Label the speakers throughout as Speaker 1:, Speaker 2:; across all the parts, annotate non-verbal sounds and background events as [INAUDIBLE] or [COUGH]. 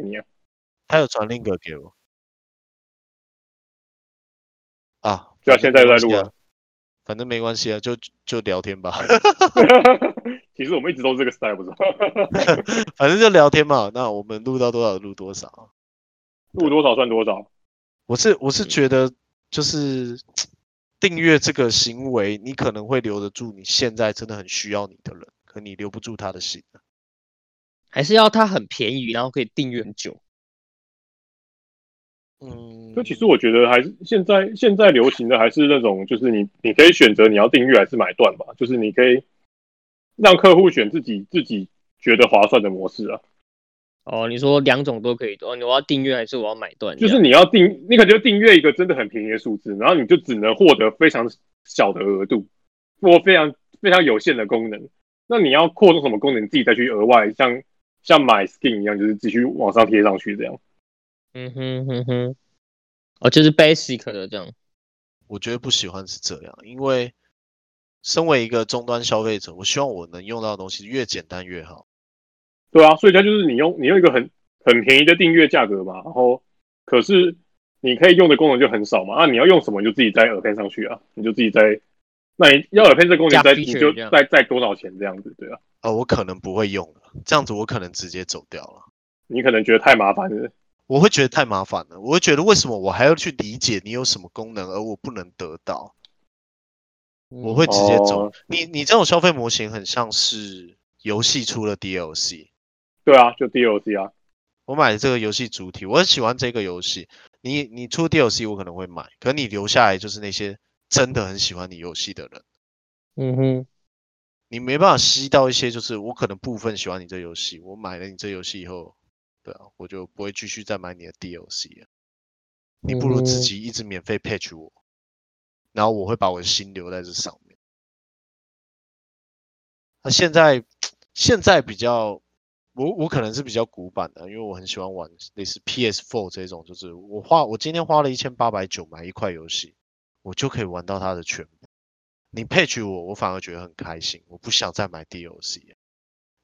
Speaker 1: 你有
Speaker 2: 他有传 link 给我。啊，
Speaker 1: 就要现在在录了
Speaker 2: 啊，反正没关系啊，就就聊天吧， [LAUGHS]
Speaker 1: [LAUGHS] 其实我们一直都是这个 style，不是吗？ [LAUGHS]
Speaker 2: 反正就聊天嘛。那我们录到多少录多少啊。
Speaker 1: 录多少算多少。
Speaker 2: 我是我
Speaker 1: 嗯
Speaker 2: 是觉得就是订阅这个行为，你可能会留得住你现在真的很需要你的人，可你留不住他的心。啊
Speaker 3: 还是要它很便宜，然后可以订阅很久。
Speaker 2: 嗯，
Speaker 1: 就其实我觉得还是现在现在流行的还是那种，就是你你可以选择你要订阅还是买断吧，就是你可以让客户选自己自己觉得划算的模式啊。
Speaker 3: 哦，你说两种都可以，哦，你我要订阅还是我要买断？
Speaker 1: 就是
Speaker 3: 你
Speaker 1: 你要订，你可能就订阅一个真的很便宜的数字，然后你就只能获得非常小的额度，或非常非常有限的功能。那你要扩充什么功能，你自己再去额外像像买 skin 一样，就是继续往上贴上去这样。
Speaker 3: 嗯哼哼哼，哦，就是 basic 的这样。
Speaker 2: 我觉得不喜欢是这样，因为身为一个终端消费者，我希望我能用到的东西越简单越好。
Speaker 1: 对啊，所以它就是你用你用一个很很便宜的订阅价格嘛，然后可是你可以用的功能就很少嘛。啊那、你要用什么，你就自己再 append 上去啊，你就自己再，那你要 append 这功能
Speaker 3: 加
Speaker 1: 再
Speaker 3: feature
Speaker 1: 你就
Speaker 3: 这样
Speaker 1: 再再多少钱这样子，对啊。
Speaker 2: 啊，我可能不会用了，这样子我可能直接走掉了。
Speaker 1: 你可能觉得太麻烦了，
Speaker 2: 我会觉得太麻烦了，我会觉得为什么我还要去理解你有什么功能，而我不能得到，
Speaker 4: 嗯
Speaker 3: 嗯
Speaker 2: 我会直接走。
Speaker 1: 哦
Speaker 2: 你你这种消费模型很像是游戏出了 DLC，
Speaker 1: 对啊，就 DLC 啊，
Speaker 2: 我买了这个游戏主体，我很喜欢这个游戏。你你出 DLC 我可能会买，可你留下来就是那些真的很喜欢你游戏的人，
Speaker 3: 嗯哼，
Speaker 2: 你没办法吸到一些就是我可能部分喜欢你这游戏，我买了你这游戏以后，对啊，我就不会继续再买你的 DLC 了。你不如自
Speaker 3: 嗯
Speaker 2: 己一直免费 patch 我，然后我会把我的心留在这上面。那、现在现在比较，我我可能是比较古板的，因为我很喜欢玩类似 PS4 这种，就是我花我今天花了一千八百九买一块游戏，我就可以玩到它的全部。你 patch 我，我反而觉得很开心，我不想再买 DLC，了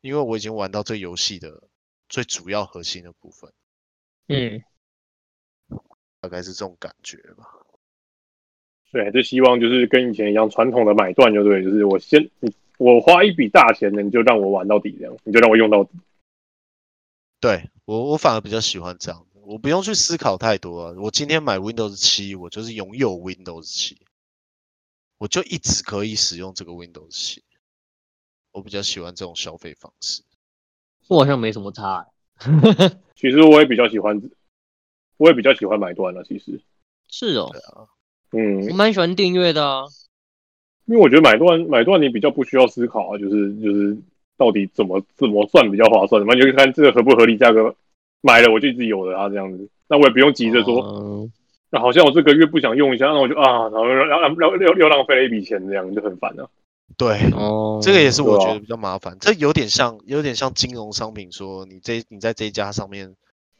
Speaker 2: 因为我已经玩到这游戏的最主要核心的部分，
Speaker 3: 嗯，
Speaker 2: 大概是这种感觉吧。
Speaker 1: 对，还是希望就是跟以前一样传统的买断，就对，就是我先你我花一笔大钱的，你就让我玩到底，这样你就让我用到底。
Speaker 2: 对我，我反而比较喜欢这样的，我不用去思考太多啊。我今天买 Windows 七，我就是拥有 Windows 七，我就一直可以使用这个 Windows 七。我比较喜欢这种消费方式。
Speaker 3: 我好像没什么差、欸。
Speaker 1: 其实我也比较喜欢，我也比较喜欢买断了。其实，
Speaker 3: 是哦，
Speaker 2: 啊
Speaker 1: 嗯，
Speaker 3: 我蛮喜欢订阅的啊。
Speaker 1: 因为我觉得买断买断你比较不需要思考啊，就是就是到底怎么怎么算比较划算，完全看这个合不合理价格，买了我就自己有了啊它这样子，那我也不用急着说，
Speaker 4: 哦
Speaker 3: 嗯
Speaker 1: 那好像我这个月不想用一下，那我就啊，然后然后然后又又又浪费了一笔钱，这样就很烦啊。
Speaker 2: 对，
Speaker 3: 哦，
Speaker 2: 这个也是我
Speaker 1: 对
Speaker 2: 觉
Speaker 1: 啊
Speaker 2: 得比较麻烦。这有点像，有点像金融商品说，你这你在这一家上面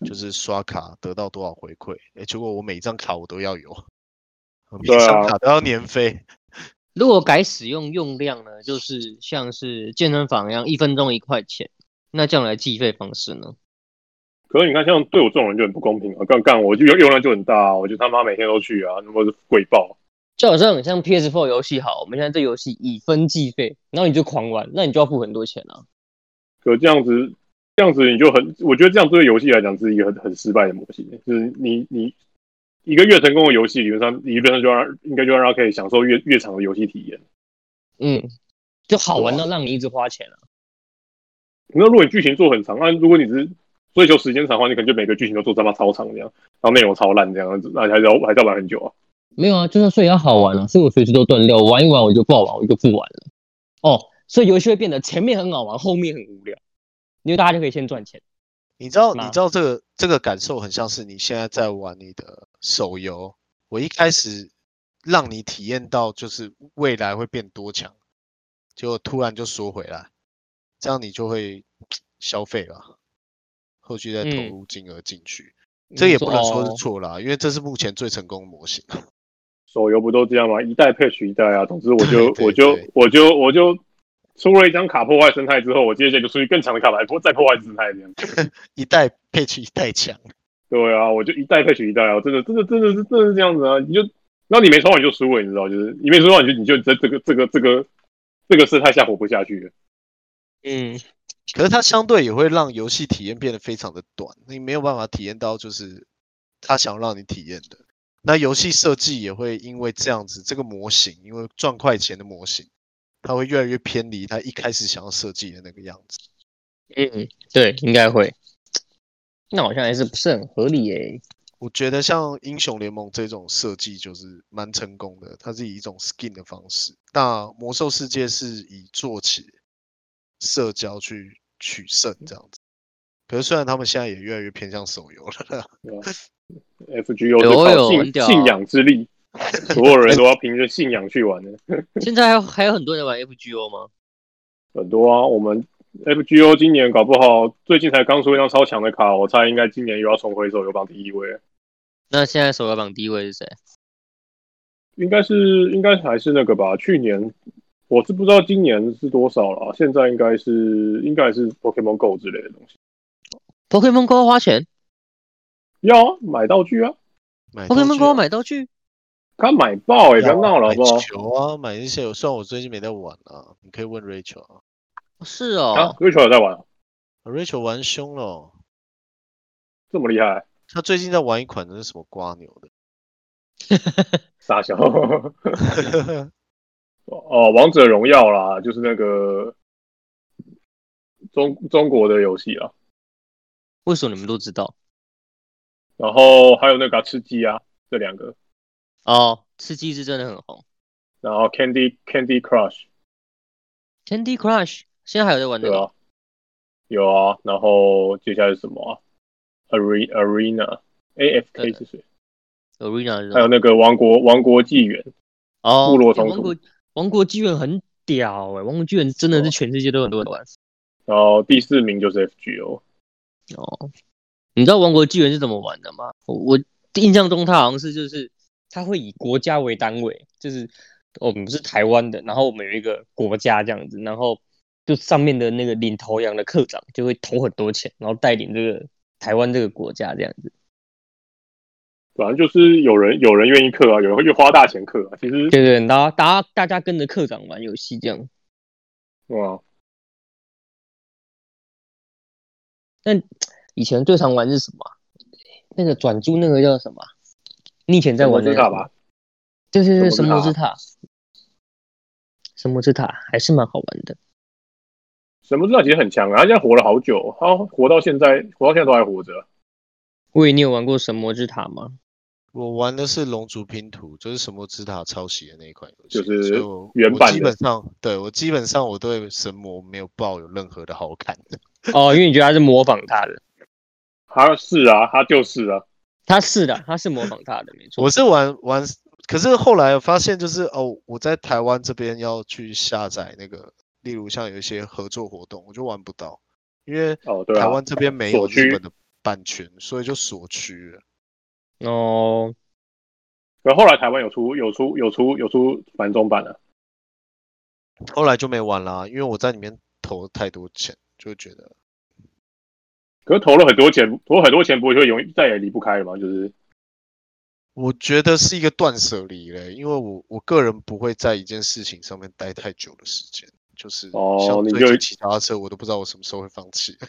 Speaker 2: 就是刷卡得到多少回馈，诶，结果我每一张卡我都要有，呃每一
Speaker 1: 对
Speaker 2: 张
Speaker 1: 啊
Speaker 2: 卡都要年费。
Speaker 3: 如果改使用用量呢，就是像是健身房一样，一分钟一块钱，那这样来计费方式呢？
Speaker 1: 可是你看，像对我这种人就很不公平啊！干干，我就用用量就很大、啊，我就他妈每天都去啊，那么是鬼爆。
Speaker 3: 就好像很像 PS4 游戏好，我们现在这游戏以分计费，然后你就狂玩，那你就要付很多钱啊。
Speaker 1: 可这样子，这样子你就很，我觉得这样对游戏来讲是一个很很失败的模型，就是你你一个越成功的游戏，理论上理论上就要让应该就要让他可以享受越越长的游戏体验。
Speaker 3: 嗯，就好玩到让你一直花钱啊。
Speaker 1: 那如果你剧情做很长，那如果你只是追求时间长的话，你可能就每个剧情都做他妈超长这样，然后内容超烂这样，那你还是要还是要玩很久啊。
Speaker 3: 没有啊，就算睡也要好玩啊，所以我随时都断掉，玩一玩我就不好玩，我就不玩了。哦，所以游戏会变得前面很好玩，后面很无聊，因为大家就可以先赚钱。
Speaker 2: 你知道，你
Speaker 3: 那
Speaker 2: 知道这个这个感受很像是你现在在玩你的手游。我一开始让你体验到就是未来会变多强，结果突然就缩回来，这样你就会消费了，后续再投
Speaker 3: 嗯
Speaker 2: 入金额进去。这也不能说
Speaker 3: 哦
Speaker 2: 是错啦，因为这是目前最成功的模型。 [LAUGHS]
Speaker 1: 手游不都这样吗？一代配取一代啊。总之我
Speaker 2: 对
Speaker 1: 就
Speaker 2: 对
Speaker 1: [LAUGHS] 我就
Speaker 2: 对
Speaker 1: 我就我就出了一张卡破坏生态之后，我接下来就出去更强的卡来破再破坏生态这样。
Speaker 2: 一代配置一代强。
Speaker 1: 对啊，我就一代配取一代啊，真的，真的，真的是，真的是这样子啊！你就，那你没抽到你就输了，你知道，就是你没抽到你就你就在这个这个这个这个事态下活不下去了。
Speaker 3: 嗯，
Speaker 2: 可是它相对也会让游戏体验变得非常的短，你没有办法体验到就是他想让你体验的。那游戏设计也会因为这样子，这个模型因为赚快钱的模型，它会越来越偏离它一开始想要设计的那个样子。
Speaker 3: 嗯，对，应该会。那好像还是不是很合理耶、
Speaker 2: 我觉得像英雄联盟这种设计就是蛮成功的，它是以一种 skin 的方式。那魔兽世界是以坐骑社交去取胜这样子。可是虽然他们现在也越来越偏向手游了，
Speaker 1: F G O 是靠
Speaker 4: 很
Speaker 1: 信
Speaker 4: 屌啊
Speaker 1: 信仰之力，所有人都要凭着信仰去玩的。
Speaker 4: 现在还有还有很多人玩 FGO 吗？
Speaker 1: 很多啊，我们 FGO 今年搞不好最近才刚出一张超强的卡，我猜应该今年又要重回手游榜第一位了，
Speaker 4: 那现在手游榜第一位是谁？
Speaker 1: 应该是应该还是那个吧。去年我是不知道今年是多少了，现在应该是应该还是 Pokemon Go 之类的东西，
Speaker 4: Pokemon Go 花钱
Speaker 1: 要、啊、买道具啊，
Speaker 2: 买东西
Speaker 4: ，Pokemon
Speaker 2: 啊
Speaker 4: Go 买道具，
Speaker 1: 他买爆
Speaker 2: 对
Speaker 1: 哎、不
Speaker 2: 啊
Speaker 1: 要闹了好不好
Speaker 2: 买？球啊，买一些，虽然我最近没在玩啊，你可以问 Rachel 啊
Speaker 4: 是
Speaker 1: 啊
Speaker 4: 哦，
Speaker 1: ，Rachel 有在玩啊，
Speaker 2: 啊，Rachel 玩凶了哦，
Speaker 1: 这么厉害，
Speaker 2: 她最近在玩一款那是什么瓜牛的， [LAUGHS]
Speaker 1: 傻笑。 [LAUGHS] 哦，王者荣耀啦，就是那个中中国的游戏啊啦，
Speaker 4: 为什么你们都知道？
Speaker 1: 然后还有那个啊吃鸡啊，这两个。
Speaker 4: 哦，吃鸡是真的很红
Speaker 1: 然后 Candy Candy Crush，
Speaker 4: ，Candy Crush 现在还有在玩那
Speaker 1: 对
Speaker 4: 个，
Speaker 2: 嗯
Speaker 1: 啊，有啊。然后接下来是什么啊？Are- Arena AFK 是谁？
Speaker 4: Arena 这种
Speaker 1: 还有那个王国王国纪元，
Speaker 4: 哦，
Speaker 1: 部落
Speaker 4: 欸
Speaker 1: 冲
Speaker 4: 王
Speaker 1: 突
Speaker 4: 国王国纪元很屌哎、王国纪元真的是全世界都很多人玩
Speaker 1: 然后第四名就是 FGO。
Speaker 4: 哦。你知道王国纪元是怎么玩的吗？我我印象中它好像是就是它会以国家为单位，就是哦我们是台湾的，然后我们有一个国家这样子，然后就上面的那个领头羊的课长就会投很多钱，然后带领这个台湾这个国家这样子。
Speaker 1: 反正就是有人有人愿意氪啊，有人会花大钱氪啊。其实
Speaker 4: 对对，然后大家大家跟着课长玩游戏这样。
Speaker 1: 哇，
Speaker 4: 以前最常玩是什么啊？那个转租那个叫什么啊？你以前在玩
Speaker 1: 神
Speaker 4: 那
Speaker 1: 魔之塔
Speaker 4: 个什么
Speaker 1: 吧？
Speaker 4: 对对
Speaker 1: 神
Speaker 4: 对，神
Speaker 1: 魔
Speaker 4: 魔
Speaker 1: 之
Speaker 4: 之塔，神魔之塔还是蛮好玩的。
Speaker 1: 神魔之塔其实很强啊，他现在活了好久，他活到现在，活到现在都还活着。
Speaker 4: 喂，你有玩过神魔之塔吗？
Speaker 2: 我玩的是《龙族拼图》，就是神魔之塔抄袭的那一款游戏，
Speaker 1: 就是
Speaker 2: 所以我
Speaker 1: 原
Speaker 2: 我
Speaker 1: 版
Speaker 2: 基
Speaker 1: 的
Speaker 2: 本上对我基本上我对神魔没有抱有任何的好感。
Speaker 4: 哦，因为你觉得他是模仿他的，
Speaker 1: 他是啊，他就是啊，
Speaker 4: 他是的，他是模仿他的，没错。
Speaker 2: 我是玩玩，可是后来我发现就是哦，我在台湾这边要去下载那个，例如像有一些合作活动，我就玩不到，因为
Speaker 1: 哦对啊，
Speaker 2: 台湾这边没有
Speaker 1: 锁区
Speaker 2: 日本的版权，所以就锁区了。
Speaker 4: 哦，
Speaker 1: 可后来台湾有出有出有出有出繁中版啊，
Speaker 2: 后来就没玩啦，因为我在里面投了太多钱，就觉得
Speaker 1: 可是投了很多钱，投了很多钱，不会就永远再也离不开了嘛？就是
Speaker 2: 我觉得是一个断舍离嘞，因为我我个人不会在一件事情上面待太久的时间，就是
Speaker 1: 哦
Speaker 2: 像
Speaker 1: 你
Speaker 2: 最
Speaker 1: 就
Speaker 2: 近骑脚踏车，我都不知道我什么时候会放弃。 [LAUGHS]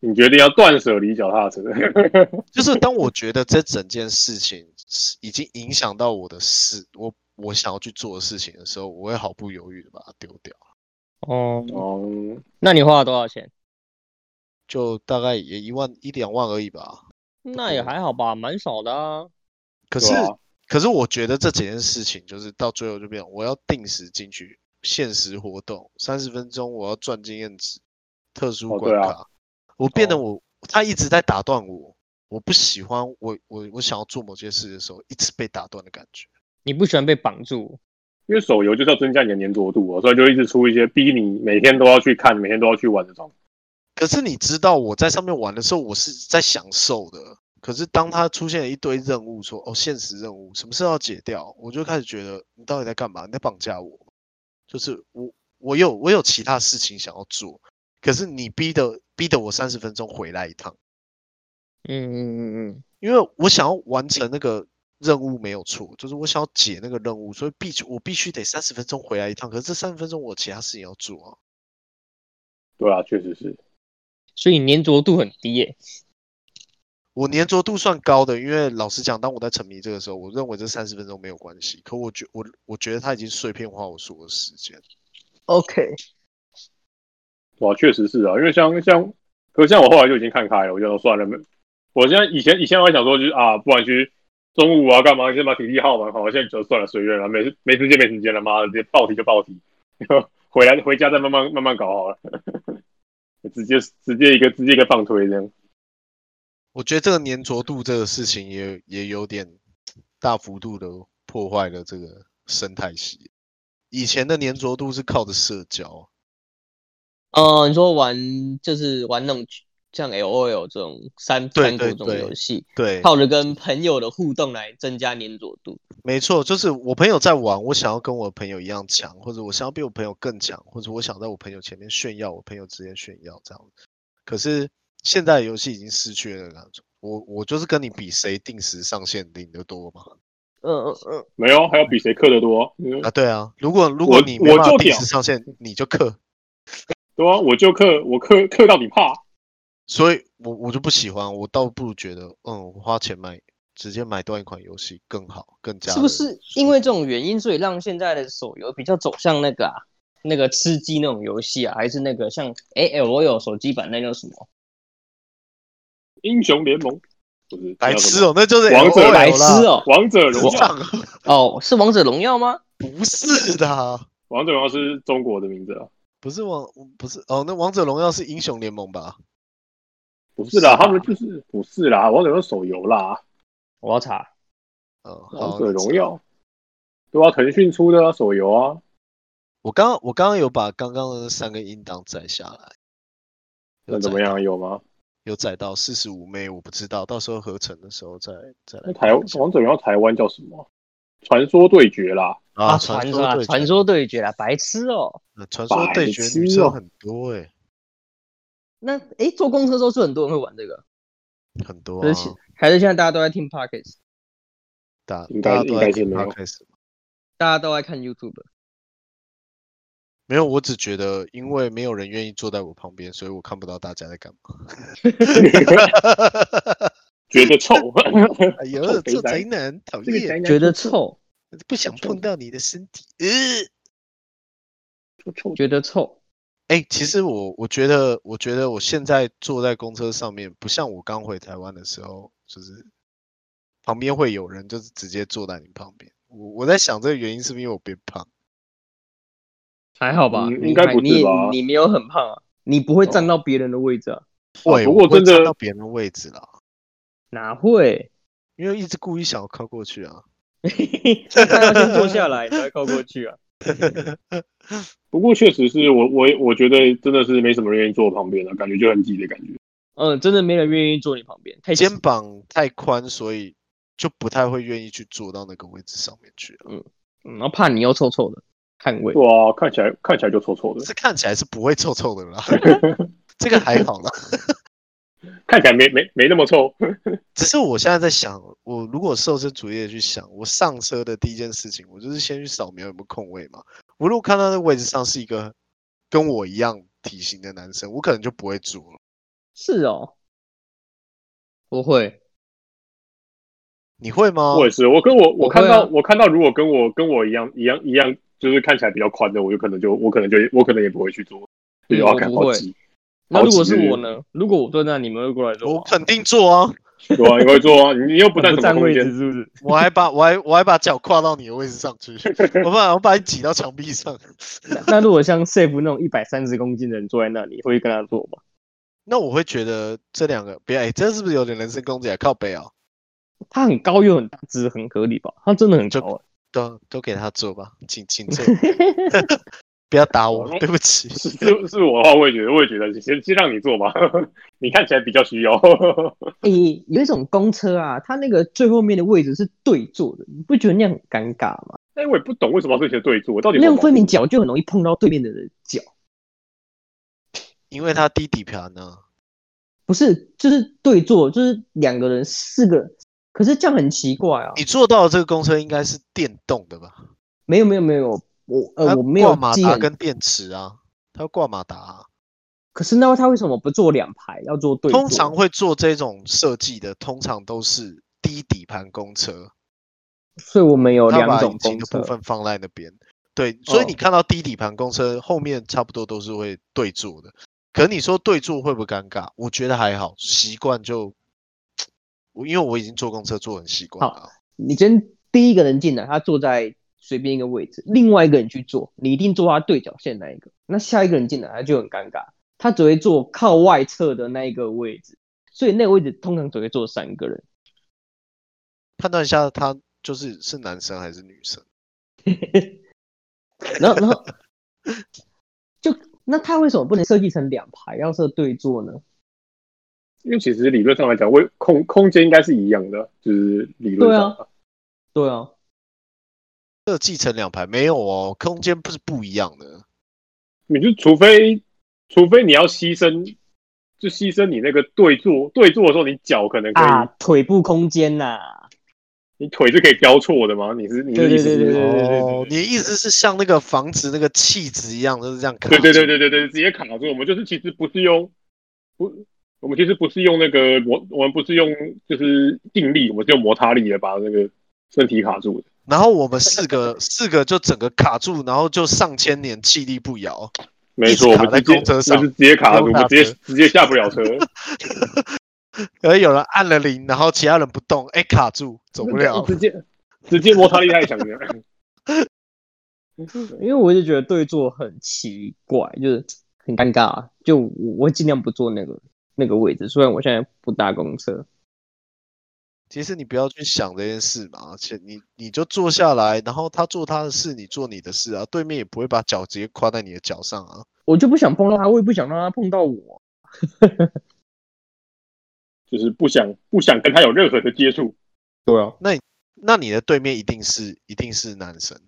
Speaker 1: 你决定要断舍离脚踏车， [LAUGHS]
Speaker 2: 就是当我觉得这整件事情是已经影响到我的事，我我想要去做的事情的时候，我会毫不犹豫的把它丢掉，
Speaker 4: 哦，
Speaker 1: 哦，
Speaker 4: 那你花了多少钱？
Speaker 2: 就大概也一万一两万而已吧。
Speaker 4: 那也还好吧，蛮少的啊。
Speaker 2: 可
Speaker 1: 对
Speaker 2: 是，
Speaker 1: 啊
Speaker 2: 可是我觉得这几件事情，就是到最后就变成我要定时进去限时活动，三十分钟我要赚经验值，特殊
Speaker 1: 哦
Speaker 2: 关
Speaker 1: 对啊哦
Speaker 2: 卡，我变得我、他一直在打断我，我不喜欢我我我想要做某件事的时候一直被打断的感觉。
Speaker 4: 你不喜欢被绑住，
Speaker 1: 因为手游就是要增加你的粘着度、哦，所以就一直出一些逼你每天都要去看、每天都要去玩的东西。
Speaker 2: 可是你知道我在上面玩的时候，我是在享受的。可是当它出现了一堆任务说哦，现实任务什么事要解掉，我就开始觉得你到底在干嘛？你在绑架我？就是我我有我有其他事情想要做，可是你逼的逼得我三十分钟回来一趟，
Speaker 4: 嗯嗯嗯
Speaker 2: 因为我想要完成那个任务没有错，就是我想要解那个任务，所以必我必须得三十分钟回来一趟。可是这三十分钟我有其他事情要做啊，
Speaker 1: 对啊，确实是。
Speaker 4: 所以粘着度很低耶、
Speaker 2: 我粘着度算高的，因为老实讲，当我在沉迷这个时候，我认为这三十分钟没有关系。可我觉我我觉得它已经碎片化我所有时间。
Speaker 4: OK，
Speaker 1: 哇，确实是啊，因为像像，可是像我后来就已经看开了，我就说算了，没我现在以前以前我还想说就是啊，不然去中午啊干嘛，先把体力耗完好，现在就算了，随缘了，没没时间没时间了，妈的，直接报题就报题，回来回家再慢慢慢慢搞好了， [LAUGHS] 直接直接一个直接一个放推这样，
Speaker 2: 我觉得这个粘着度这个事情也也有点大幅度的破坏了这个生态系。以前的粘着度是靠着社交，
Speaker 4: 哦，你说玩就是玩那种像 L O L 这种三
Speaker 2: 对
Speaker 4: 三国
Speaker 2: 对
Speaker 4: 这种
Speaker 2: 对
Speaker 4: 游戏，
Speaker 2: 对，
Speaker 4: 靠着跟朋友的互动来增加粘着度。
Speaker 2: 没错，就是我朋友在玩，我想要跟我朋友一样强，或者我想要比我朋友更强，或者我想在我朋友前面炫耀，我朋友之间炫耀这样子。可是现在的游戏已经失去了那种，我我就是跟你比谁定时上线领的多嘛。
Speaker 4: 嗯嗯嗯，
Speaker 1: 没有，还有比谁氪的多，嗯，
Speaker 2: 啊，对啊，如果如果
Speaker 1: 我
Speaker 2: 你没
Speaker 1: 我
Speaker 2: 办法
Speaker 1: 就
Speaker 2: 定
Speaker 1: 屌
Speaker 2: 时上线，你就氪，
Speaker 1: 对啊，我就氪，我氪氪到你怕，
Speaker 2: 所以我我就不喜欢，我倒不如觉得，嗯，我花钱买直接买断一款游戏更好，更加
Speaker 4: 是不
Speaker 2: 的
Speaker 4: 是
Speaker 2: 舒
Speaker 4: 因为这
Speaker 2: 服
Speaker 4: 种原因，所以让现在的手游比较走向那个啊，那个吃鸡那种游戏啊，还是那个像哎 L O L 手机版那叫什么？
Speaker 1: 英雄联盟不是
Speaker 2: 白痴
Speaker 1: 哦，
Speaker 2: 哦，那就是
Speaker 1: 王者
Speaker 2: LOL
Speaker 4: 白痴
Speaker 2: 啦，
Speaker 4: 哦
Speaker 1: 王者荣耀，
Speaker 2: 上
Speaker 4: 哦，是王者荣耀吗？
Speaker 2: 不是的。啊
Speaker 1: 王者荣耀是中国的名字啊，
Speaker 2: 不是王，不是哦，那王者荣耀是英雄联盟吧？
Speaker 1: 不是啦，
Speaker 4: 是吧
Speaker 1: 他们就是不是啦，王者荣耀手游啦，
Speaker 4: 我要查。
Speaker 2: 嗯，好
Speaker 1: 王者荣。耀，对啊，腾讯出的啊手游啊，
Speaker 2: 我刚刚我刚刚有把刚刚的那三个音档载下来，有
Speaker 1: 那怎么
Speaker 2: 载到？
Speaker 1: 样？有吗？
Speaker 2: 有载到四十五妹，我不知道，到时候合成的时候再再来
Speaker 1: 那
Speaker 2: 看
Speaker 1: 台
Speaker 2: 一下。
Speaker 1: 王者荣耀台湾叫什么？传说对决啦，
Speaker 2: 啊，
Speaker 4: 传
Speaker 2: 说
Speaker 4: 啊
Speaker 2: 对，决
Speaker 4: 传，说对决啊，白痴哦。
Speaker 2: 嗯传说对决
Speaker 1: 白痴
Speaker 2: 女生
Speaker 1: 哦
Speaker 2: 很多哎，
Speaker 4: 那哎，坐公车的时候是很多人会玩这个，
Speaker 2: 很多
Speaker 4: 可
Speaker 2: 啊
Speaker 4: 是，现还是现在大家都在听 Pockets，
Speaker 2: 大
Speaker 1: 应
Speaker 2: 大
Speaker 1: 该
Speaker 2: 家都
Speaker 1: 应
Speaker 2: 在
Speaker 1: 该是
Speaker 2: 听
Speaker 1: 没有
Speaker 2: podcast
Speaker 4: 大家都在看 YouTube。
Speaker 2: 没有，我只觉得因为没有人愿意坐在我旁边，所以我看不到大家在干嘛。 [LAUGHS]
Speaker 1: 觉得臭，
Speaker 2: 哎呦
Speaker 1: 臭，肥
Speaker 2: 这
Speaker 1: 宅
Speaker 2: 贼男讨
Speaker 1: 这个宅
Speaker 2: 厌，
Speaker 1: 男
Speaker 4: 觉得
Speaker 1: 臭
Speaker 4: 臭，
Speaker 2: 不想碰到你的身体。 [LAUGHS] 呃。
Speaker 1: 臭臭，
Speaker 4: 觉得臭。
Speaker 2: 哎、其实我我觉得，我觉得我现在坐在公车上面，不像我刚回台湾的时候，就是旁边会有人，就是直接坐在你旁边。我我在想这个原因是不是因为我变胖？
Speaker 4: 还好吧？
Speaker 1: 嗯
Speaker 4: 你
Speaker 1: 应该
Speaker 4: 还
Speaker 1: 不是
Speaker 4: 你也
Speaker 1: 吧
Speaker 4: 你没有很胖啊，你不会站到别人的位置啊？
Speaker 1: 啊
Speaker 2: 会，
Speaker 1: 不
Speaker 2: 我
Speaker 1: 过
Speaker 2: 会
Speaker 1: 真的
Speaker 2: 占到别人的位置啦，
Speaker 4: 哪会？
Speaker 2: 因为一直故意想要靠过去啊。
Speaker 4: 他要先坐下来，才会靠过去啊。
Speaker 1: 不过确实是我我我觉得真的是没什么人愿意坐我旁边的、感觉就很挤的感觉。
Speaker 4: 嗯，真的没人愿意坐你旁边，太
Speaker 2: 肩膀太宽，所以就不太会愿意去坐到那个位置上面去啊。
Speaker 4: 嗯然后怕你又臭臭的，汗味。
Speaker 1: 哇，啊看起来看起来就臭臭的，
Speaker 2: 这看起来是不会臭臭的啦， [LAUGHS] 这个还好啦。
Speaker 1: 看起来没没没那么臭。
Speaker 2: 只是我现在在想，我如果瘦身主义的去想，我上车的第一件事情，我就是先去扫描有没有空位嘛。我如果看到那位置上是一个跟我一样体型的男生，我可能就不会坐了。
Speaker 4: 是哦，不会，
Speaker 2: 你会吗？
Speaker 1: 我也是，我跟我
Speaker 4: 我
Speaker 1: 我
Speaker 4: 会
Speaker 1: 看到、
Speaker 4: 啊
Speaker 1: 我看到如果跟我跟我一样一样一样，就是看起来比较宽的，我就可能就我可能就我可能也不会去做，就
Speaker 4: 嗯
Speaker 1: 要
Speaker 4: 我
Speaker 1: 看
Speaker 4: 不
Speaker 1: 好
Speaker 4: 会
Speaker 1: 挤，
Speaker 4: 那
Speaker 1: 好
Speaker 4: 如果
Speaker 1: 挤
Speaker 4: 是
Speaker 1: 是
Speaker 4: 我呢？如果我蹲那，你们会过来坐
Speaker 2: 我
Speaker 4: 吗？
Speaker 2: 肯定坐啊！
Speaker 1: 对啊，你会做啊，你你又不占
Speaker 4: 不
Speaker 1: 什么
Speaker 4: 占
Speaker 1: 空
Speaker 4: 位
Speaker 1: 间
Speaker 4: 置，是不是？
Speaker 2: 我还把我还我还把脚跨到你的位置上
Speaker 1: [LAUGHS]
Speaker 2: 去，我把我把你挤到墙壁上。
Speaker 4: 那 [LAUGHS] 那如果像 Safe 那种一百三十公斤的人坐在那里，会跟他坐吗？
Speaker 2: 那我会觉得这两个，别哎，这是不是有点人身攻击啊？靠北啊，
Speaker 4: 他很高又很大只，很合理吧？他真的很
Speaker 2: 就
Speaker 4: 高、啊
Speaker 2: 都都给他坐吧，请请
Speaker 1: [LAUGHS]
Speaker 2: 坐， [LAUGHS] 不要打我，对不起。
Speaker 1: 是是是我的话，我也觉得，我也觉得先先让你做吧， [LAUGHS] 你看起来比较需要。 [LAUGHS]
Speaker 4: 诶、有一种公车啊，它那个最后面的位置是对坐的，你不觉得那样很尴尬吗？
Speaker 1: 但我也不懂为什么要这些对坐，到底有
Speaker 4: 那
Speaker 1: 什么
Speaker 4: 样分明脚就很容易碰到对面的人的脚。
Speaker 2: 因为他低底盘呢、
Speaker 4: 不是就是对坐，就是两个人四个，可是这样很奇怪啊。
Speaker 2: 你坐到的这个公车应该是电动的吧？
Speaker 4: 没有没有没有，我呃
Speaker 2: 它
Speaker 4: 我没有
Speaker 2: 挂马
Speaker 4: 记
Speaker 2: 达
Speaker 4: 很
Speaker 2: 跟电池啊，它挂马达啊、
Speaker 4: 可是那他为什么不做两排，要做对坐？
Speaker 2: 通常会做这种设计的，通常都是低底盘公车，
Speaker 4: 所以我们有
Speaker 2: 它
Speaker 4: 哦两
Speaker 2: 把
Speaker 4: 种
Speaker 2: 引擎
Speaker 4: 公
Speaker 2: 的
Speaker 4: 车
Speaker 2: 部，分放在那边。对，所以
Speaker 4: 哦
Speaker 2: 你看到低底盘公车后面差不多都是会对坐的。可你说对坐会不会尴尬？我觉得还好，习惯就我因为我已经坐公车坐很习惯了啊。
Speaker 4: 你今天第一个人进来，他坐在随便一个位置，另外一个人去坐，你一定坐他对角线那一个。那下一个人进来，他就很尴尬，他只会坐靠外侧的那一个位置，所以那个位置通常只会坐三个人。
Speaker 2: 判断一下他就是是男生还是女生。
Speaker 4: 然后，然后就那他为什么不能设计成两排，要设对坐呢？
Speaker 1: 因为其实理论上来讲，位空空间应该是一样的，就是理论上。
Speaker 4: 对啊对啊，
Speaker 2: 设计成两排没有哦，空间不是不一样的。
Speaker 1: 你就除非除非你要牺牲，就牺牲你那个对坐对坐的时候，你脚可能可以，
Speaker 4: 啊，腿部空间呐、
Speaker 1: 你腿是可以交错的吗？你是你的意思是
Speaker 4: 对对对对
Speaker 2: 哦，你的意思是像那个房子那个气质一样，就是这样卡
Speaker 1: 对对对
Speaker 2: 住
Speaker 1: 对对对，直接卡住。我们就是其实不是用不，我们其实不是用那个我我们不是用就是定力，我们是用摩擦力来把那个身体卡住的。
Speaker 2: 然后我们四个四个就整个卡住，然后就上千年气力不摇。
Speaker 1: 没错，
Speaker 2: 一
Speaker 1: 我
Speaker 2: 直卡
Speaker 1: 们直
Speaker 2: 在
Speaker 1: 接
Speaker 2: 公车上
Speaker 1: 我们是直接卡住，
Speaker 2: 不
Speaker 1: 我
Speaker 2: 用搭
Speaker 1: 们直接
Speaker 2: 车
Speaker 1: 直接下不了车。
Speaker 2: 而有人按了铃，然后其他人不动，哎，卡住， [LAUGHS] 走不了。
Speaker 1: 直接直接摩擦力太强了。 [LAUGHS]
Speaker 4: 因为我就觉得对坐很奇怪，就是很尴尬、啊就我我会尽量不坐那个那个位置，虽然我现在不搭公车。
Speaker 2: 其实你不要去想这件事嘛，而且你你就坐下来，然后他做他的事，你做你的事啊，对面也不会把脚直接跨在你的脚上啊。
Speaker 4: 我就不想碰到他，我也不想让他碰到我。
Speaker 1: 就是不想不想跟他有任何的接触。
Speaker 4: 对啊，
Speaker 2: 那你的对面一定是一定是男生，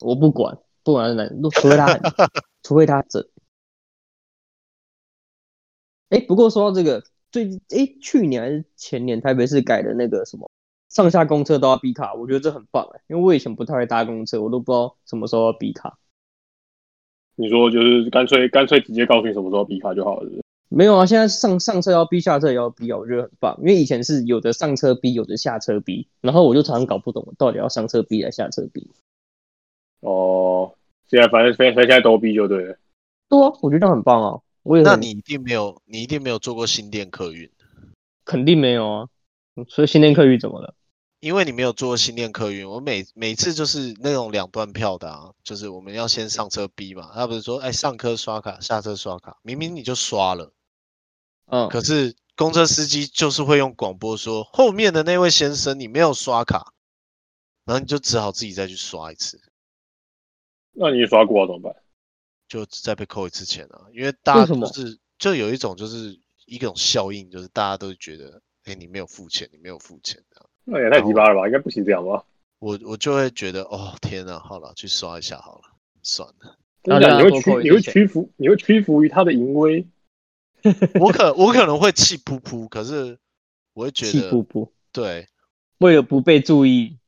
Speaker 4: 我不管，不管是男，如除非他，除非他整。哎，不过说到这个，最近哎，去年还是前年，台北市改的那个什么上下公车都要比卡，我觉得这很棒哎，因为我以前不太会搭公车，我都不知道什么时候要比卡。
Speaker 1: 你说就是干脆干脆直接告诉你什么时候比卡就好了。是不是
Speaker 4: 没有啊，现在上上车要逼，下车也要逼啊，我觉得很棒。因为以前是有的上车逼，有的下车逼，然后我就常常搞不懂到底要上车逼还是下车逼。
Speaker 1: 哦，现在反正反正现在都比就对了。
Speaker 4: 对啊，我觉得这样很棒啊。我也
Speaker 2: 那
Speaker 4: 很
Speaker 2: 你一定没有你一定没有坐过新店客运，
Speaker 4: 肯定没有啊，所以新天客运怎么了？
Speaker 2: 因为你没有坐过新店客运。我每每次就是那种两段票的啊，就是我们要先上车 B 嘛，他不是说哎上车刷卡，下车刷卡，明明你就刷了，
Speaker 4: 嗯，
Speaker 2: 可是公车司机就是会用广播说后面的那位先生你没有刷卡，然后你就只好自己再去刷一次，
Speaker 1: 那你刷过啊怎么办？
Speaker 2: 就再被扣一次钱啊，因为大
Speaker 4: 为
Speaker 2: 家
Speaker 4: 什
Speaker 2: 就
Speaker 4: 么
Speaker 2: 是就有一种就是一种效应，就是大家都觉得哎你没有付钱，你没有付钱这样
Speaker 1: 那也太鸡巴了吧？应该不行这样吧？
Speaker 2: 我我就会觉得哦天啊，好了，去刷一下好了，算了。
Speaker 1: 真
Speaker 4: 那
Speaker 2: 啊
Speaker 1: 的，你会
Speaker 4: 多
Speaker 1: 屈
Speaker 4: 扣一
Speaker 1: 你
Speaker 4: 次
Speaker 1: 会
Speaker 4: 钱
Speaker 1: 屈服你会屈服于他的淫威。
Speaker 2: 我可我可能会气噗噗，可是我会觉
Speaker 4: 气
Speaker 2: 得
Speaker 4: 不不，
Speaker 2: 对
Speaker 4: 为了不被注意，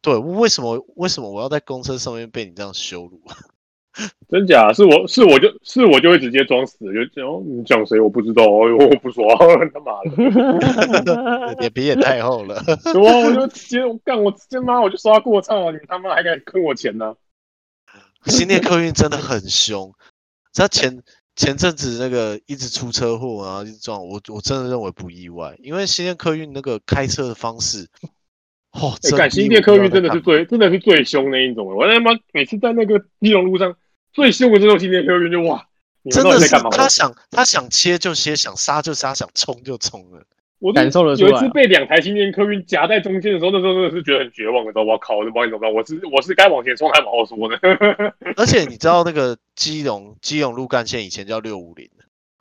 Speaker 2: 对，为什么为什么我要在公车上面被你这样羞辱？ [LAUGHS]
Speaker 1: 真假？是我是我就是我就会直接装死，就讲哦你讲谁我不知道，哦，我不说， [LAUGHS] 他妈的，
Speaker 2: 脸皮也太厚了。
Speaker 1: 对啊，我就直接干我直接妈我就刷过操，你他妈还敢坑我钱呢、
Speaker 2: 新店客运真的很凶，他前前阵子那个一直出车祸，然后一直撞我，我真的认为不意外，因为新店客运那个开车的方式，哦，
Speaker 1: 哎，
Speaker 2: 真
Speaker 1: 干
Speaker 2: 逼
Speaker 1: 新店
Speaker 2: 我不
Speaker 1: 客
Speaker 2: 知道
Speaker 1: 运
Speaker 2: 在
Speaker 1: 真的
Speaker 2: 干
Speaker 1: 是
Speaker 2: 嘛
Speaker 1: 最真的是最凶那一种，我他妈每次在那个基隆路上最凶的这种新店客运就哇，你们
Speaker 2: 真
Speaker 1: 到
Speaker 2: 的
Speaker 1: 底在
Speaker 2: 是
Speaker 1: 干嘛？
Speaker 2: 他想他想切就切，想杀就杀，想冲就冲了。
Speaker 1: 我
Speaker 4: 感受得出
Speaker 1: 有
Speaker 4: 来啊
Speaker 1: 一次被两台新店客运夹在中间的时候，那时候真的是觉得很绝望，你知道吗？我靠，我往你怎么办？我是我是该往前冲还是往后缩呢？ [LAUGHS]
Speaker 2: 而且你知道那个基隆基隆路干线以前叫六五零，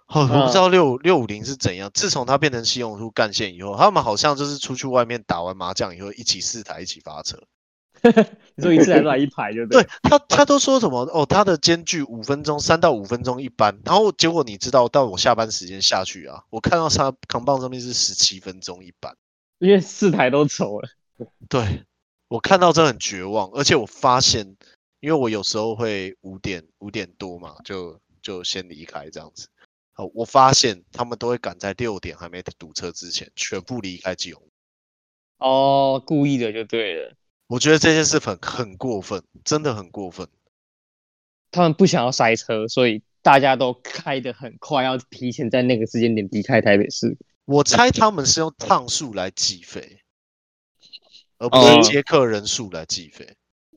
Speaker 2: 哦，我不知
Speaker 4: 嗯
Speaker 2: 道六六五零是怎样。自从它变成基隆路干线以后，他们好像就是出去外面打完麻将以后一起四台一起发车，
Speaker 4: 你说一次还是来一排就
Speaker 2: 对
Speaker 4: 对了。
Speaker 2: 他，他都说什么哦？他的间距五分钟，三到五分钟一班。然后结果你知道，到我下班时间下去啊，我看到他扛棒上面是十七分钟一班。
Speaker 4: 因为四台都走了，
Speaker 2: 对我看到真的很绝望，而且我发现，因为我有时候会五点五点多嘛，就就先离开这样子。好，我发现他们都会赶在六点还没堵车之前，全部离开基隆。
Speaker 4: 哦，故意的就对了。
Speaker 2: 我觉得这件事很很过分，真的很过分。
Speaker 4: 他们不想要塞车，所以大家都开得很快，要提前在那个时间点离开台北市。
Speaker 2: 我猜他们是用趟数来计费，而不
Speaker 4: 哦
Speaker 2: 是接客人数来计费。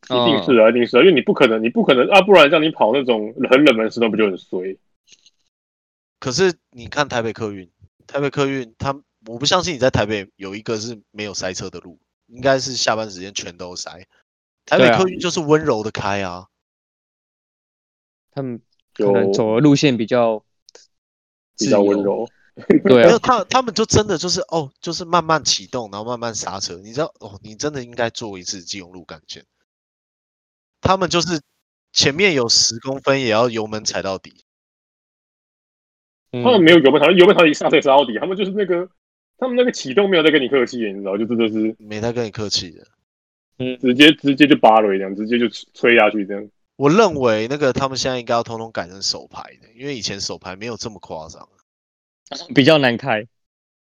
Speaker 4: 嗯
Speaker 1: 一定是啊，一定是啊，因为你不可能，你不可能啊，不然让你跑那种很冷门的时段，不就很衰？
Speaker 2: 可是你看台北客运，台北客运，他们我不相信你在台北有一个是没有塞车的路，应该是下班时间全都塞。台北
Speaker 4: 对啊
Speaker 2: 客运就是温柔的开啊，
Speaker 4: 他们可
Speaker 1: 就
Speaker 4: 能走的路线比较
Speaker 1: 比较温，柔。
Speaker 4: 对
Speaker 2: 没有
Speaker 4: 啊，
Speaker 2: 他他们就真的就是哦，就是慢慢启动，然后慢慢刹车。你知道哦，你真的应该做一次基隆路干线。他们就是前面有十公分也要油门踩到底，
Speaker 1: 他们
Speaker 4: 嗯，
Speaker 1: 没有油门塔，油门塔一刹车刹到底，他们就是那个，他们那个启动没有在跟你客气，你知道，就真的是
Speaker 2: 没太跟你客气的。
Speaker 1: 直接直接就扒了一样，直接就吹下去这样。
Speaker 2: 我认为那个他们现在应该要通通改成手牌的，因为以前手牌没有这么夸张。
Speaker 4: 比较难开。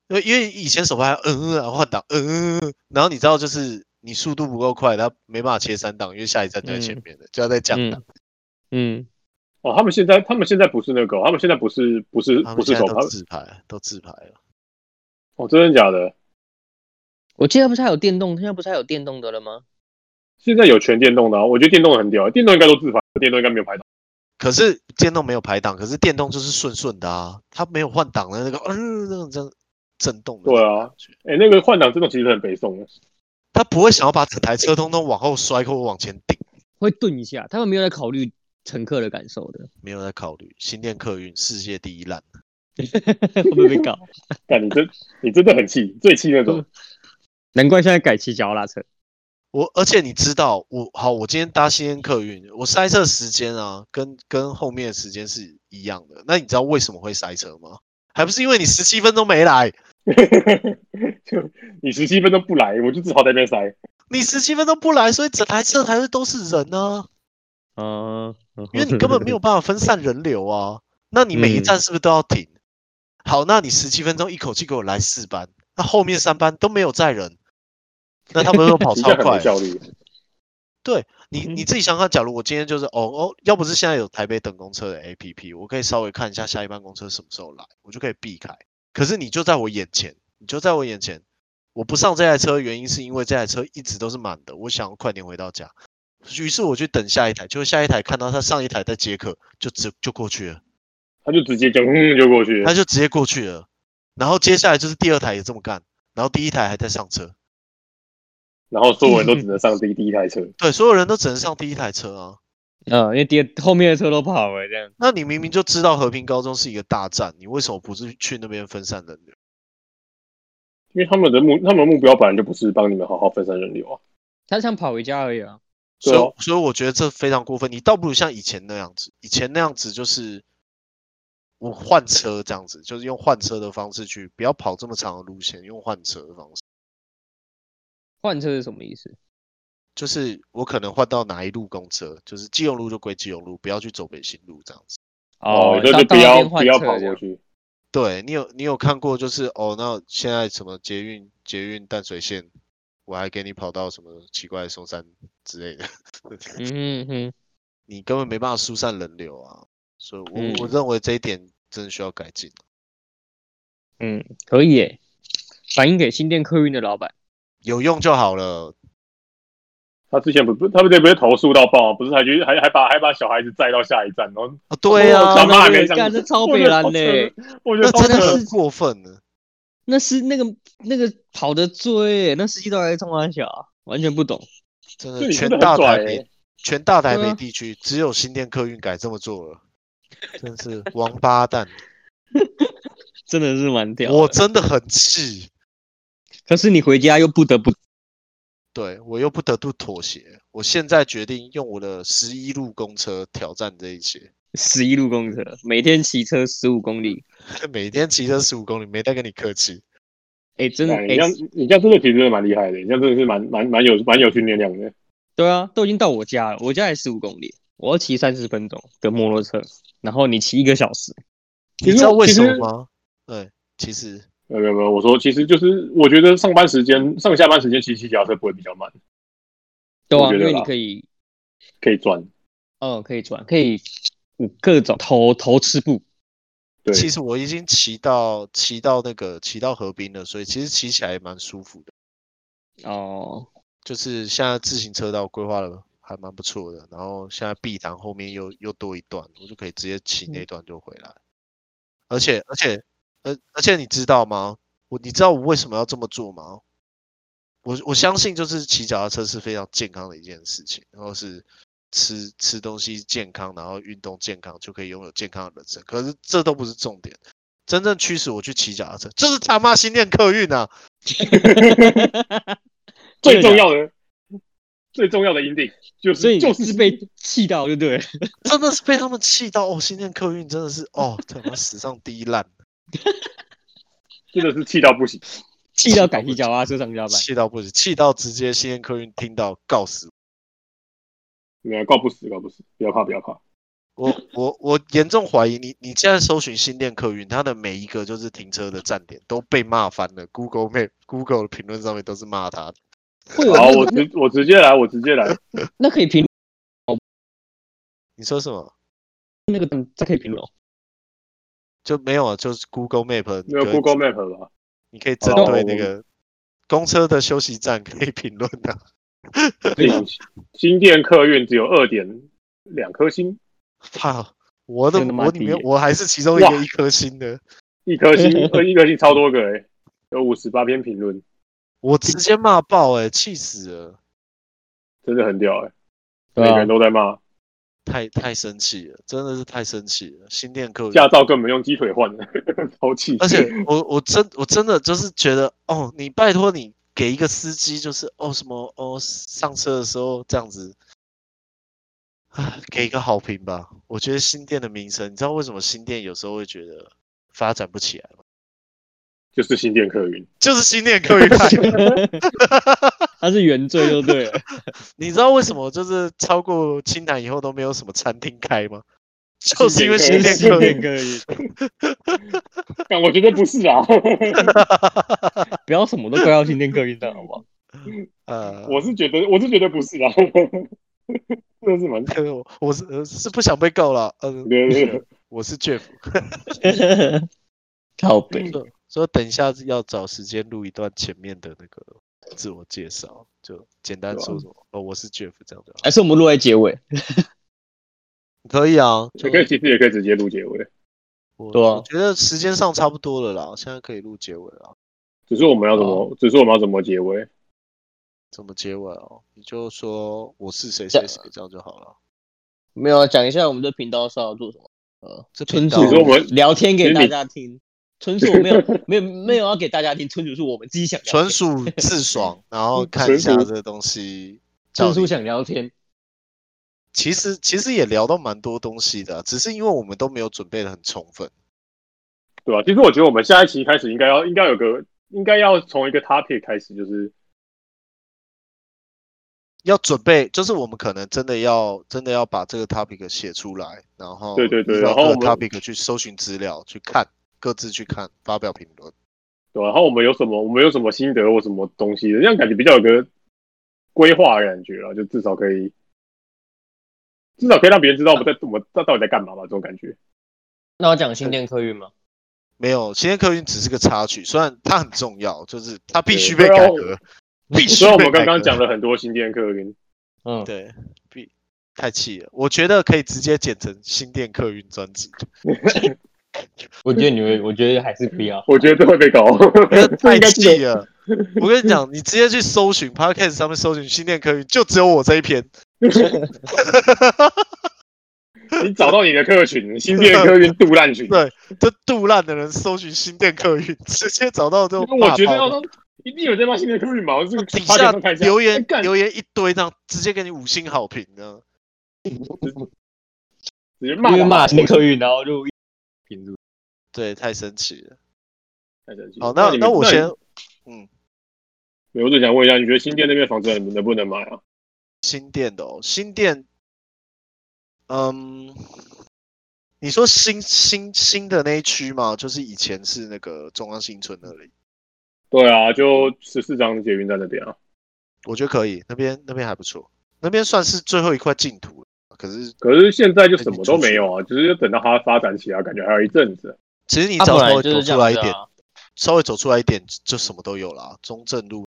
Speaker 2: 因为因为以前手牌嗯嗯啊换挡嗯嗯，嗯，然后你知道就是你速度不够快，他没办法切三档，因为下一站就在前面的，就要再降档。
Speaker 4: 嗯，
Speaker 1: 哦，他们现在他们现在不是那个，哦他们现在不是不是
Speaker 2: 他
Speaker 1: 不
Speaker 2: 们
Speaker 1: 是
Speaker 2: 现在
Speaker 1: 手牌
Speaker 2: 都自牌，都自牌了。
Speaker 1: 哦，真的假的？
Speaker 4: 我记得不是还有电动，现在不是还有电动的了吗？
Speaker 1: 现在有全电动的、啊，我觉得电动很屌，电动应该都自排，电动应该没有排档。
Speaker 2: 可是电动没有排档，可是电动就是顺顺的啊，它没有换挡的那个嗯那种震震动的那
Speaker 1: 对
Speaker 2: 种
Speaker 1: 啊
Speaker 2: 感觉，
Speaker 1: 哎、那个换挡这种其实很北宋的，
Speaker 2: 它不会想要把整台车通通往后摔或往前顶，
Speaker 4: 会顿一下，他们没有在考虑乘客的感受 [LAUGHS] 的，
Speaker 2: 没有在考虑。新店客运世界第一烂，
Speaker 4: 会不会被搞？
Speaker 1: 但你真你真的很气，最气那种。
Speaker 4: 难怪现在改骑脚踏车。
Speaker 2: 我而且你知道，我好，我今天搭新鲜客运，我塞车时间啊，跟跟后面的时间是一样的。那你知道为什么会塞车吗？还不是因为你十七分钟没来，
Speaker 1: [LAUGHS] 就你十七分钟不来，我就只好在那边塞。
Speaker 2: 你十七分钟不来，所以整台车还是都是人呢、
Speaker 1: 哦
Speaker 4: 嗯，
Speaker 2: 因为你根本
Speaker 1: [LAUGHS]
Speaker 2: 没有办法分散人流啊。那你每一
Speaker 4: 嗯
Speaker 2: 站是不是都要停？好，那你十七分钟一口气给我来四班，那后面三班都没有载人，那他们都跑
Speaker 1: 你 [LAUGHS]
Speaker 2: 哦超
Speaker 1: 这样很
Speaker 2: 快啊
Speaker 1: 没。效率。
Speaker 2: 你
Speaker 4: 嗯
Speaker 2: 你自己想想，假如我今天就是哦哦，要不是现在有台北等公车的 APP，我可以稍微看一下下一班公车什么时候来，我就可以避开。可是你就在我眼前，你就在我眼前，我不上这台车，原因是因为这台车一直都是满的，我想要快点回到家，于是我去等下一台，结果下一台看到他上一台在接客，就直就过去了，
Speaker 1: 他就直接就嗯就过去了
Speaker 2: 他，就直接过去了。然后接下来就是第二台也这么干，然后第一台还在上车，
Speaker 1: 然后所有人都只能上第第一台车。
Speaker 2: 对，所有人都只能上第一台车啊。
Speaker 4: 嗯，因为第二后面的车都跑了，这样
Speaker 2: 那你明明就知道和平高中是一个大站，你为什么不是去那边分散人流？
Speaker 1: 因为他们的目，他们的目标本来就不是帮你们好好分散人流啊。
Speaker 4: 他想跑回家而已啊。
Speaker 1: 对
Speaker 2: 所
Speaker 1: 啊
Speaker 2: 以，所以我觉得这非常过分。你倒不如像以前那样子，以前那样子就是我换车这样子，就是用换车的方式去，不要跑这么长的路线，用换车的方式，
Speaker 4: 换车是什么意思？
Speaker 2: 就是我可能换到哪一路公车，就是基隆路就归基隆路，不要去走北新路这样子。
Speaker 1: 哦，就
Speaker 4: 到
Speaker 1: 就
Speaker 4: 到
Speaker 1: 不
Speaker 4: 那
Speaker 1: 要
Speaker 4: 边
Speaker 1: 不
Speaker 4: 换
Speaker 1: 要
Speaker 4: 车
Speaker 1: 跑
Speaker 4: 这
Speaker 1: 过
Speaker 4: 样
Speaker 1: 去。
Speaker 2: 对你有你有看过就是哦，那现在什么捷运捷运淡水线，我还给你跑到什么奇怪的松山之类的。
Speaker 4: 嗯哼哼，
Speaker 2: 你根本没办法疏散人流啊。所以我，我、
Speaker 4: 嗯
Speaker 2: 认为这一点真的需要改进。
Speaker 4: 嗯，可以耶，反映给新店客运的老板。
Speaker 2: 有用就好了。
Speaker 1: 他之前不不，他们这不是投诉到爆、啊，不是还去还还把还把小孩子载到下一站，然后
Speaker 2: 啊，对
Speaker 1: 我
Speaker 4: 哦
Speaker 2: 啊，
Speaker 1: 他妈还
Speaker 4: 那
Speaker 1: 没
Speaker 4: 个
Speaker 1: 上
Speaker 4: 干
Speaker 1: 车
Speaker 4: 这超北蓝的耶，
Speaker 1: 我觉
Speaker 2: 那
Speaker 1: 得超
Speaker 2: 真
Speaker 1: 扯
Speaker 2: 的
Speaker 1: 的。
Speaker 2: 是过分了。
Speaker 4: 那是那个那个跑的追耶，那司机到底在冲哪小啊？完全不懂。
Speaker 2: 真
Speaker 1: 这
Speaker 2: 的，
Speaker 1: 里真
Speaker 2: 全
Speaker 1: 的
Speaker 2: 大
Speaker 1: 很拽
Speaker 2: 台
Speaker 1: 欸
Speaker 2: 北，全大台
Speaker 4: 对
Speaker 2: 北
Speaker 4: 啊
Speaker 2: 地区只有新店客运改这么做了，真是王八蛋！
Speaker 4: 真的是蛮屌的。
Speaker 2: 我真的很气。
Speaker 4: 可是你回家又不得不
Speaker 2: 对我又不得不妥协，我现在决定用我的十一路公车挑战这一切。 [LAUGHS]
Speaker 4: 十一路公车，每天骑车十五公里，
Speaker 2: 每天骑车十五公里，没在跟你客气。
Speaker 4: 哎、真的
Speaker 1: 哇
Speaker 4: 哎、
Speaker 1: 你这样你这样真的其实真的蛮厉害的，你这样真的是蛮蛮蛮有蛮有训练量的。
Speaker 4: 对啊，都已经到我家了，我家也十五公里，我要骑三十分钟的摩托车，然后你骑一个小时，
Speaker 1: 实
Speaker 2: 你知道
Speaker 1: 我
Speaker 2: 为
Speaker 1: 其
Speaker 2: 什么
Speaker 1: 实
Speaker 2: 吗？对，其实
Speaker 1: 没有没有没有，我说其实就是我觉得上班时间上下班时间骑骑脚踏车不会比较慢，
Speaker 4: 对
Speaker 1: 我
Speaker 4: 啊，
Speaker 1: 觉
Speaker 4: 因
Speaker 1: 得
Speaker 4: 为你
Speaker 1: 啦
Speaker 4: 可以，
Speaker 1: 可以转。
Speaker 4: 哦，可以转，可以有各种头头吃步，
Speaker 1: 对，
Speaker 2: 其实我已经骑到骑到那个骑到河滨了，所以其实骑起来也蛮舒服的。
Speaker 4: 哦， [LAUGHS]
Speaker 2: 就是现在自行车道规划的还蛮不错的，然后现在避挡后面又又多一段，我就可以直接骑那段就回来。而且而且而而且你知道吗？我你知道我为什么要这么做吗？我我相信就是骑脚踏车是非常健康的一件事情，然后是吃吃东西健康，然后运动健康，就可以拥有健康的人生。可是这都不是重点，真正驱使我去骑脚踏车，就是他妈新店客运啊！
Speaker 1: [LAUGHS] 最重要的最重要的 ending 就
Speaker 4: 所以
Speaker 1: 是
Speaker 4: 你
Speaker 1: 就是
Speaker 4: 被气到，就对了。
Speaker 2: 真的是被他们气到哦！新店客运真的是哦，他妈史上第一烂，
Speaker 1: 真的是气到不行。
Speaker 4: 气到赶去脚踏车上下班。
Speaker 2: 气到不行，气到直接新店客运听到告死
Speaker 1: 没有，告不死，告不死，不要怕，不要怕。
Speaker 2: 我。我我我严重怀疑你，你现在搜寻新店客运，它的每一个就是停车的站点都被骂翻了。Google Map、Google 的评论上面都是骂他的。
Speaker 4: 会有
Speaker 1: [LAUGHS] 好，啊
Speaker 4: 那
Speaker 1: 我直我直接来，我直
Speaker 4: [LAUGHS]
Speaker 1: 接来。
Speaker 4: 那可以评
Speaker 2: 你说什么？
Speaker 4: 那个嗯这可以评论哦。
Speaker 2: 就没有啊？就是 Google Map，你
Speaker 1: 那个
Speaker 2: 可以
Speaker 1: Google Map 吧，
Speaker 2: 你可以针对
Speaker 1: 好
Speaker 4: 哦
Speaker 1: 我
Speaker 2: 那个公车的休息站可以评论的、 [LAUGHS]
Speaker 1: 对，新店客运只有二点两颗星，
Speaker 2: 操，我的
Speaker 4: 真的蛮
Speaker 2: 我里面
Speaker 4: 低耶
Speaker 2: 我还是其中一
Speaker 1: 哇
Speaker 2: 个一颗星的。
Speaker 1: 一颗
Speaker 4: [LAUGHS]
Speaker 1: 星，呃，一颗星超多个诶、有五十八篇评论，
Speaker 2: 我直接骂爆哎、气死了，
Speaker 1: 真的很屌诶、
Speaker 4: 对
Speaker 1: 每个人
Speaker 4: 啊，
Speaker 1: 都在骂，
Speaker 2: 太太生气了，真的是太生气了，新店客运。
Speaker 1: 驾照根本用鸡腿换的， [LAUGHS] 超气。
Speaker 2: 而且我我真我真的就是觉得哦，你拜托你给一个司机就是哦什么哦上车的时候这样子，啊，给一个好评吧。我觉得新店的名声，你知道为什么新店有时候会觉得发展不起来吗？
Speaker 1: 就是新店客运，
Speaker 2: 就是新店客运派。
Speaker 4: 他是原罪就
Speaker 1: [LAUGHS]
Speaker 4: 对了。
Speaker 2: 你知道为什么就是超过清南以后都没有什么餐厅开吗？ [LAUGHS] 就是因为新店
Speaker 4: 新
Speaker 2: 客运
Speaker 4: 店可以，
Speaker 1: 但我觉得不是啊，
Speaker 4: 不要什么都怪到新店客运站好
Speaker 1: [LAUGHS]
Speaker 4: 不好？
Speaker 2: 呃，
Speaker 1: 我是觉得我是觉得不是啊，真的是蛮。
Speaker 2: 呃我我是呃是不想被告了，呃，
Speaker 1: 对对对，
Speaker 2: 我是 Jeff，
Speaker 4: 靠北，
Speaker 2: 所以所以等一下要找时间录一段前面的那个自我介绍，就简单
Speaker 1: 对啊
Speaker 2: 说什么哦，我是 Jeff 这样就好。
Speaker 4: 还是我们录在结尾？
Speaker 2: 可以啊，就
Speaker 1: 也可以，其实也可以直接录结尾，
Speaker 2: 我
Speaker 4: 对啊
Speaker 2: 我觉得时间上差不多了啦，现在可以录结尾了。
Speaker 1: 只是我们要怎么，只是我们要怎么结尾。
Speaker 2: 怎么结尾哦？你就说我是谁谁谁这样就好了。
Speaker 4: 没有啊，讲一下我们的频道是要做什么？呃，
Speaker 2: 这
Speaker 4: 纯
Speaker 2: 频
Speaker 4: 属
Speaker 2: 道
Speaker 1: 你说我们
Speaker 4: 聊天给
Speaker 1: 其实
Speaker 4: 大
Speaker 1: 你
Speaker 4: 家听，纯属没有 [LAUGHS] 没有没有要给大家听，纯属是我们自己想聊天
Speaker 2: 纯属自爽，然后看一下
Speaker 1: 纯属
Speaker 2: 这东西。
Speaker 4: 纯
Speaker 2: 到
Speaker 4: 属
Speaker 2: 底
Speaker 4: 想聊天。
Speaker 2: 其实其实也聊到蛮多东西的啊，只是因为我们都没有准备的很充分。
Speaker 1: 对吧、其实我觉得我们下一期开始应该要，应该有个，应该要从一个 topic 开始，就是
Speaker 2: 要准备，就是我们可能真的要真的要把这个 topic 写出来，然后
Speaker 1: 对对对
Speaker 2: 依照
Speaker 1: 然后
Speaker 2: 这个
Speaker 1: 我们
Speaker 2: topic 去搜寻资料，去看各自去看，发表评论。
Speaker 1: 对吧、然后我们有什么，我们有什么心得或什么东西，这样感觉比较有个规划的感觉了，就至少可以，至少可以让别人知道我们在我们到底在干嘛吧，这种感觉。
Speaker 4: 那我讲新店客运吗？
Speaker 2: 没有，新天客运只是个插曲，虽然它很重要，就是它必须被
Speaker 1: 对
Speaker 2: 改
Speaker 1: 然后
Speaker 2: 革，
Speaker 1: [LAUGHS]
Speaker 2: 必须
Speaker 1: 虽然我
Speaker 2: 被
Speaker 1: 们刚
Speaker 2: 改
Speaker 1: 刚
Speaker 2: 革
Speaker 1: 讲了
Speaker 2: [LAUGHS]
Speaker 1: 很多新店客运，
Speaker 4: 嗯，
Speaker 2: 对，必太气了，我觉得可以直接剪成新店客运专辑，
Speaker 4: 我觉得你们，我觉得还是不要。
Speaker 1: 我觉得这会被搞， [LAUGHS] [LAUGHS] 这
Speaker 2: 太
Speaker 1: 应该
Speaker 2: 气
Speaker 1: 记得。
Speaker 2: 了。我跟你讲，你直接去搜寻 podcast 上面搜寻新店客运，就只有我这一篇。
Speaker 1: 你找到你的客群，新店客运杜烂群。
Speaker 2: 对这杜烂的人搜寻新店客运，直接找到这种 [LAUGHS]
Speaker 1: 因为我觉得
Speaker 2: 霸
Speaker 1: 要
Speaker 2: 道的
Speaker 1: 到，一定有在骂新的科羽毛，这个
Speaker 2: 底
Speaker 1: 发
Speaker 2: 下
Speaker 1: 表看一下哎
Speaker 2: 留言
Speaker 1: 干
Speaker 2: 留言一堆，这样直接给你五星好评呢。
Speaker 1: 直接
Speaker 4: 因为
Speaker 1: 骂
Speaker 4: 骂
Speaker 1: 新
Speaker 4: 新客运，然后就评论。
Speaker 2: 对，太神奇了。好，
Speaker 1: 好，
Speaker 2: 那
Speaker 1: 你们
Speaker 2: 那我
Speaker 1: 你
Speaker 2: 先
Speaker 1: 没有我只想问一下，你觉得新店那边房子能不能买啊？
Speaker 2: 新店的哦，新店，嗯，你说新新新的那一区嘛，就是以前是那个中央新村那里，
Speaker 1: 对啊，就十四张捷运站那边啊。
Speaker 2: 我觉得可以，那边那边还不错，那边算是最后一块净土了。可是
Speaker 1: 可是现在就什么都没有啊，只是等到它发展起来，感觉还有一阵子。啊
Speaker 2: 其实你
Speaker 4: 他
Speaker 2: 只要
Speaker 4: 本
Speaker 2: 稍
Speaker 4: 来
Speaker 2: 微
Speaker 4: 啊就
Speaker 2: 走
Speaker 4: 是
Speaker 2: 出
Speaker 4: 这样
Speaker 2: 来一
Speaker 4: 子
Speaker 2: 点，
Speaker 4: 啊。
Speaker 2: 啊稍微走出来一点，就什么都有啦。中正路